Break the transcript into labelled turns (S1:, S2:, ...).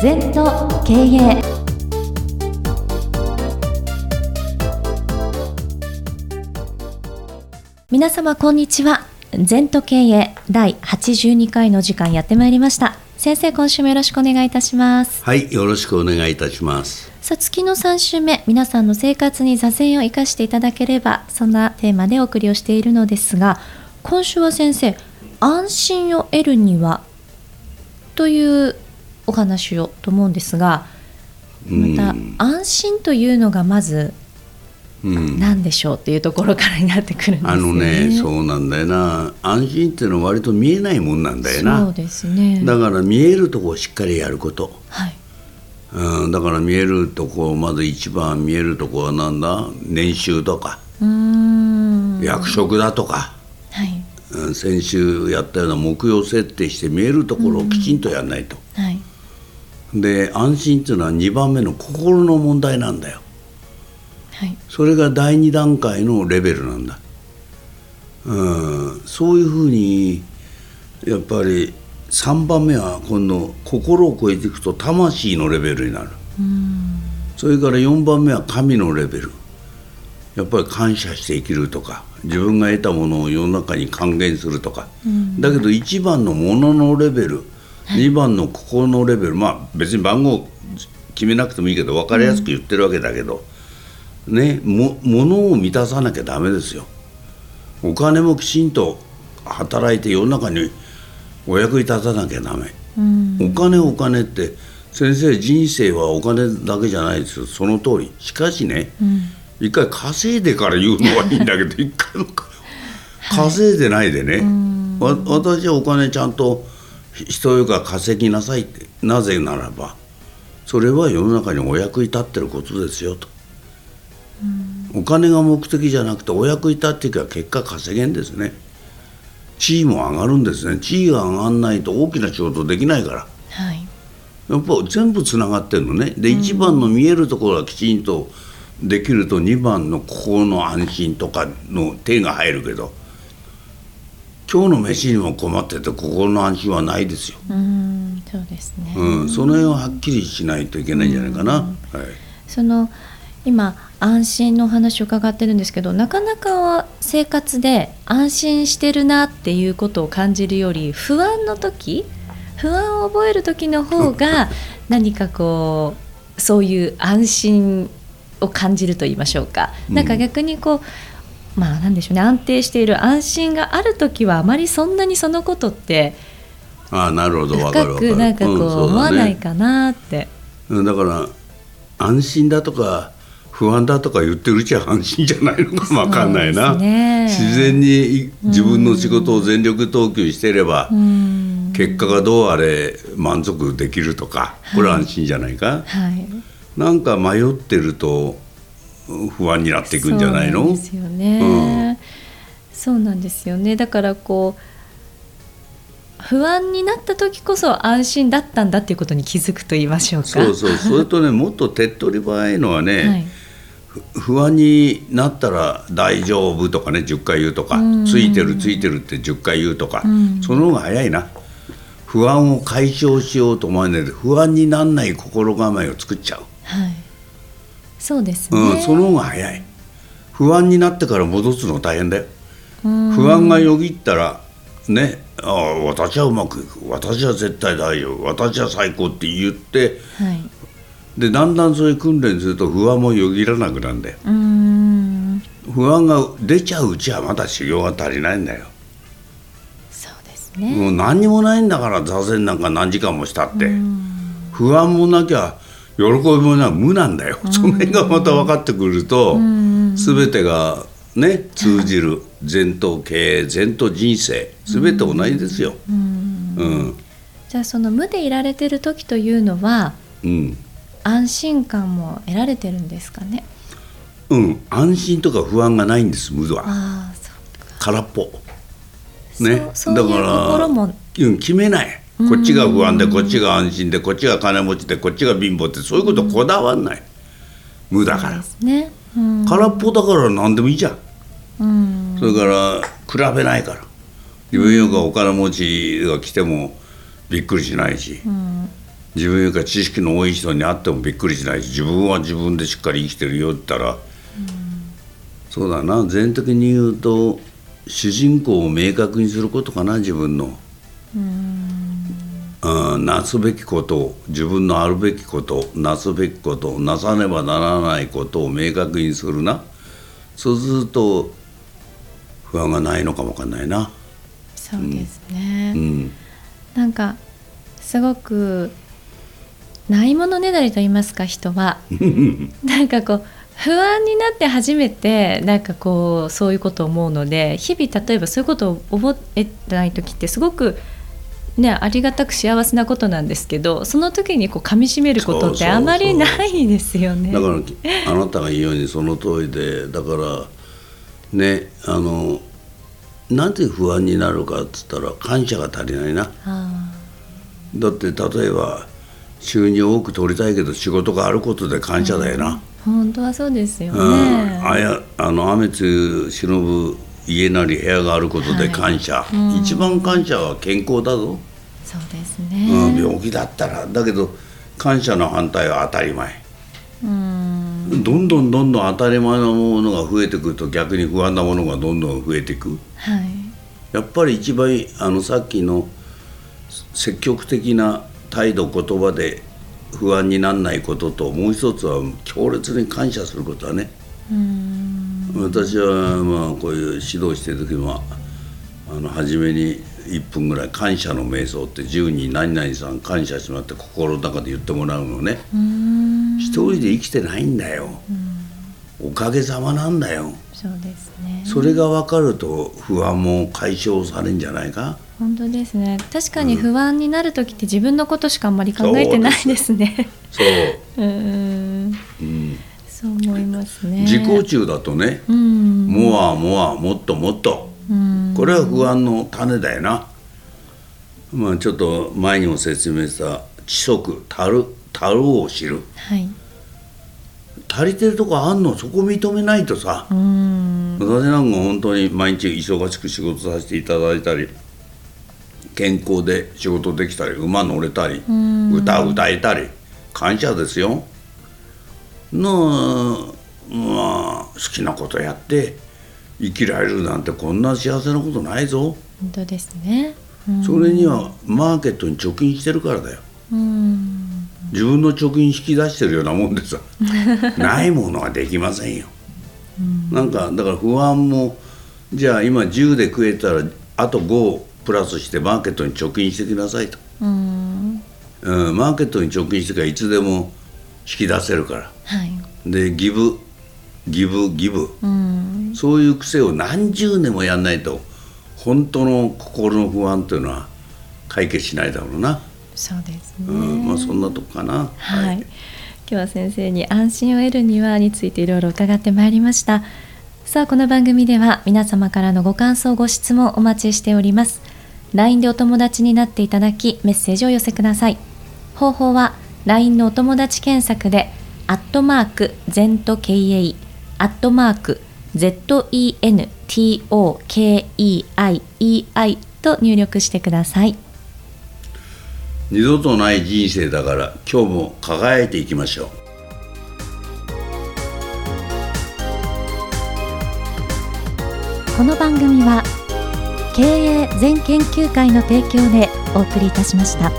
S1: 禅と経営皆様こんにちは禅と経営第82回の時間やってまいりました先生今週もよろしくお願いいたします
S2: はい、よろしくお願いいたします。
S1: さあ月の3週目皆さんの生活に座禅を生かしていただければそんなテーマでお送りをしているのですが今週は先生安心を得るにはというお話をと思うんですが
S2: うん
S1: また安心というのがまず
S2: うん、
S1: 何でしょうというところからになってくるんですよね。
S2: あのね、そうなんだよな。安心っていうのは割と見えないもんなんだよ
S1: そう
S2: な。
S1: ですね。
S2: だから見えるとこをしっかりやること。
S1: はい。
S2: うん、だから見えるとこまず一番見えるとこはなんだ年収とか
S1: うーん。
S2: 役職だとか、
S1: はい。
S2: うん、先週やったような目標設定して見えるところをきちんとやんないと、
S1: はい。
S2: で安心っていうのは2番目の心の問題なんだよ
S1: はい。
S2: それが第2段階のレベルなんだ、うん、そういうふうにやっぱり3番目は今度心を超えていくと魂のレベルになるそれから4番目は神のレベルやっぱり感謝して生きるとか自分が得たものを世の中に還元するとか、だけど1番のもののレベル2番の心のレベルまあ別に番号決めなくてもいいけど分かりやすく言ってるわけだけど、ねも物を満たさなきゃダメですよお金もきちんと働いて世の中にお役に立たなきゃダメ、
S1: うん。
S2: お金お金って先生人生はお金だけじゃないですよその通りしかしね、
S1: うん。
S2: 一回稼いでから言うのはいいんだけど 一回もか稼いでないでね、わ私はお金ちゃんとひ人よか稼ぎなさいってなぜならばそれは世の中にお役に立ってることですよと、お金が目的じゃなくてお役に立っていけば結果稼げんですね地位も上がるんですね地位が上がんないと大きな仕事できないから
S1: はい。
S2: やっぱ全部つながってるのねで1番の見えるところがきちんとできると2番の心の安心とかの手が入るけど今日の飯にも困ってて心の安心はないですよ、
S1: うーん。そうですね。
S2: うん、その辺ははっきりしないといけないんじゃないかな、はい、
S1: その今安心のお話を伺ってるんですけどなかなか生活で安心してるなっていうことを感じるより不安の時不安を覚える時の方が 何かこうそういう安心を感じると言いましょうか。
S2: うん
S1: なんか逆にこうまあなんでしょうね安定している安心がある時はあまりそんなにそのことって
S2: ああなるほどわか
S1: 深
S2: るわか
S1: く
S2: る
S1: なんかこ
S2: うん
S1: う
S2: そう
S1: 思わ
S2: だ
S1: ない
S2: ね
S1: かなって、
S2: うんだから安心だとか不安だとか言ってるうちは安心じゃないの かもわかんないな、
S1: そうですね
S2: 自然にい自分の仕事を全力投球してれば、
S1: うん
S2: 結果がどうあれ満足できるとかこれは安心じゃないか、
S1: はい、
S2: なんか迷ってるとうん不安になっていくんじゃない
S1: そうな
S2: の
S1: んですよね、そうなんですよねだからこう不安になった時こそ安心だったんだっていうことに気づくと言いましょうか
S2: そうそうそれとねもっと手っ取り早いのはね、
S1: はい、
S2: 不安になったら大丈夫とかね10回言うとか、
S1: うん
S2: ついてるついてるって10回言うとか、
S1: うん
S2: その方が早いな不安を解消しようと思わないで不安にならない心構えを作っちゃう、
S1: はい、そうですね、
S2: うん、その方が早い不安になってから戻すの大変だよ
S1: うん
S2: 不安がよぎったらねああ私はうまくいく私は絶対大丈夫私は最高って言って
S1: はい
S2: でだんだんそういう訓練すると不安もよぎらなくなるんだよ
S1: うーん
S2: 不安が出ちゃううちはまだ修行が足りないんだよ
S1: そうですね、
S2: もう何にもないんだから座禅なんか何時間もしたって不安もなきゃ喜びもない無なんだよその辺がまた分かってくると全てがね通じる禅と経営禅と人生全て同じですようん
S1: じゃあその無でいられてる時というのは
S2: うん
S1: 安心感も得られてるんですかね
S2: うん安心とか不安がないんです無は
S1: ああそうか
S2: 空っぽね
S1: そうそういう心も
S2: うん決めないこっちが不安でこっちが安心でこっちが金持ちでこっちが貧乏ってそういうことこだわんない無だから
S1: ですね。うん。
S2: 空っぽだから何でもいいじゃん
S1: うん。
S2: それから比べないから自分よりお金持ちが来てもびっくりしないし、
S1: うん。
S2: 自分よりか知識の多い人に会ってもびっくりしないし自分は自分でしっかり生きてるよって言ったら、そうだな全的に言うと主人公を明確にすることかな自分の。うんなすべきこと自分のあるべきことなすべきことなさねばならないことを明確にするなそうすると不安がないのかもわかんないな。
S1: そうですね、
S2: うん
S1: なんかすごくないものねだりと言いますか人はなんかこう不安になって初めてなんかこうそういうことを思うので日々例えばそういうことを思えない時ってすごくねありがたく幸せなことなんですけどその時にこう噛みしめることっ
S2: そうそう
S1: て
S2: そう
S1: あまりないですよね。
S2: だからきあなたが言うようにその通りでだからねあのなんで不安になるかっつったら感謝が足りないな
S1: あ
S2: だって例えば収入多く取りたいけど仕事があることで感謝だよな、
S1: ー本当はそうですよ
S2: う
S1: ね。
S2: ん、あやあの雨露忍ぶ家なり部屋があることで感謝、
S1: はいうん
S2: 一番感謝は健康だぞ、
S1: そうです
S2: うん、
S1: ね。
S2: 病気だったらだけど感謝の反対は当たり前、
S1: うん、
S2: どんどんどんどん当たり前のものが増えてくると逆に不安なものがどんどん増えていく
S1: はい。
S2: やっぱり一番あのさっきの積極的な態度言葉で不安にならないことともう一つは強烈に感謝することだね
S1: うん、
S2: 私はまあこういう指導してる時もあの初めに1分ぐらい感謝の瞑想って10人何々さん感謝しまって心の中で言ってもらうのね
S1: うん、
S2: 一人で生きてないんだよおかげさまなんだよ
S1: そうですね。
S2: それが分かると不安も解消されるんじゃないか
S1: 本当ですね確かに不安になる時って自分のことしかあんまり考えてないですね
S2: そ
S1: う
S2: う、
S1: ん
S2: うん、
S1: そう思いますね
S2: 自己中だとね、
S1: うん
S2: もわもわもっともっと
S1: うん
S2: これは不安の種だよな、まあ、ちょっと前にも説明した「知足たるたるを知る
S1: はい」
S2: 足りてるとこあんのそこ認めないとさ
S1: うん
S2: 私なんか本当に毎日忙しく仕事させていただいたり健康で仕事できたり馬乗れたり
S1: ん
S2: 歌歌えたり感謝ですよ。のまあ好きなことやって生きられるなんてこんな幸せなことないぞ。
S1: 本当ですねうん
S2: それにはマーケットに貯金してるからだよ。
S1: うん
S2: 自分の貯金引き出してるようなもん でさないものはできませんよ、なんかだから不安もじゃあ今10で食えたらあと5をプラスしてマーケットに貯金してきなさいと、
S1: うん
S2: うん、マーケットに貯金してからいつでも引き出せるから
S1: はい
S2: でギブギブギブ
S1: うん
S2: そういう癖を何十年もやんないと本当の心の不安というのは解決しないだろうな、
S1: そうですね、
S2: うんまあ、そんなとこかな
S1: はい、今日は先生に安心を得るにはについていろいろ伺ってまいりましたさあこの番組では皆様からのご感想ご質問お待ちしております LINE でお友達になっていただきメッセージをお寄せください方法は LINE のお友達検索でアットマーク ZENTOKEI アットマーク ZENTOKEIEI と入力してください
S2: 二度とない人生だから今日も輝いていきましょう
S1: この番組は経営全研究会の提供でお送りいたしました。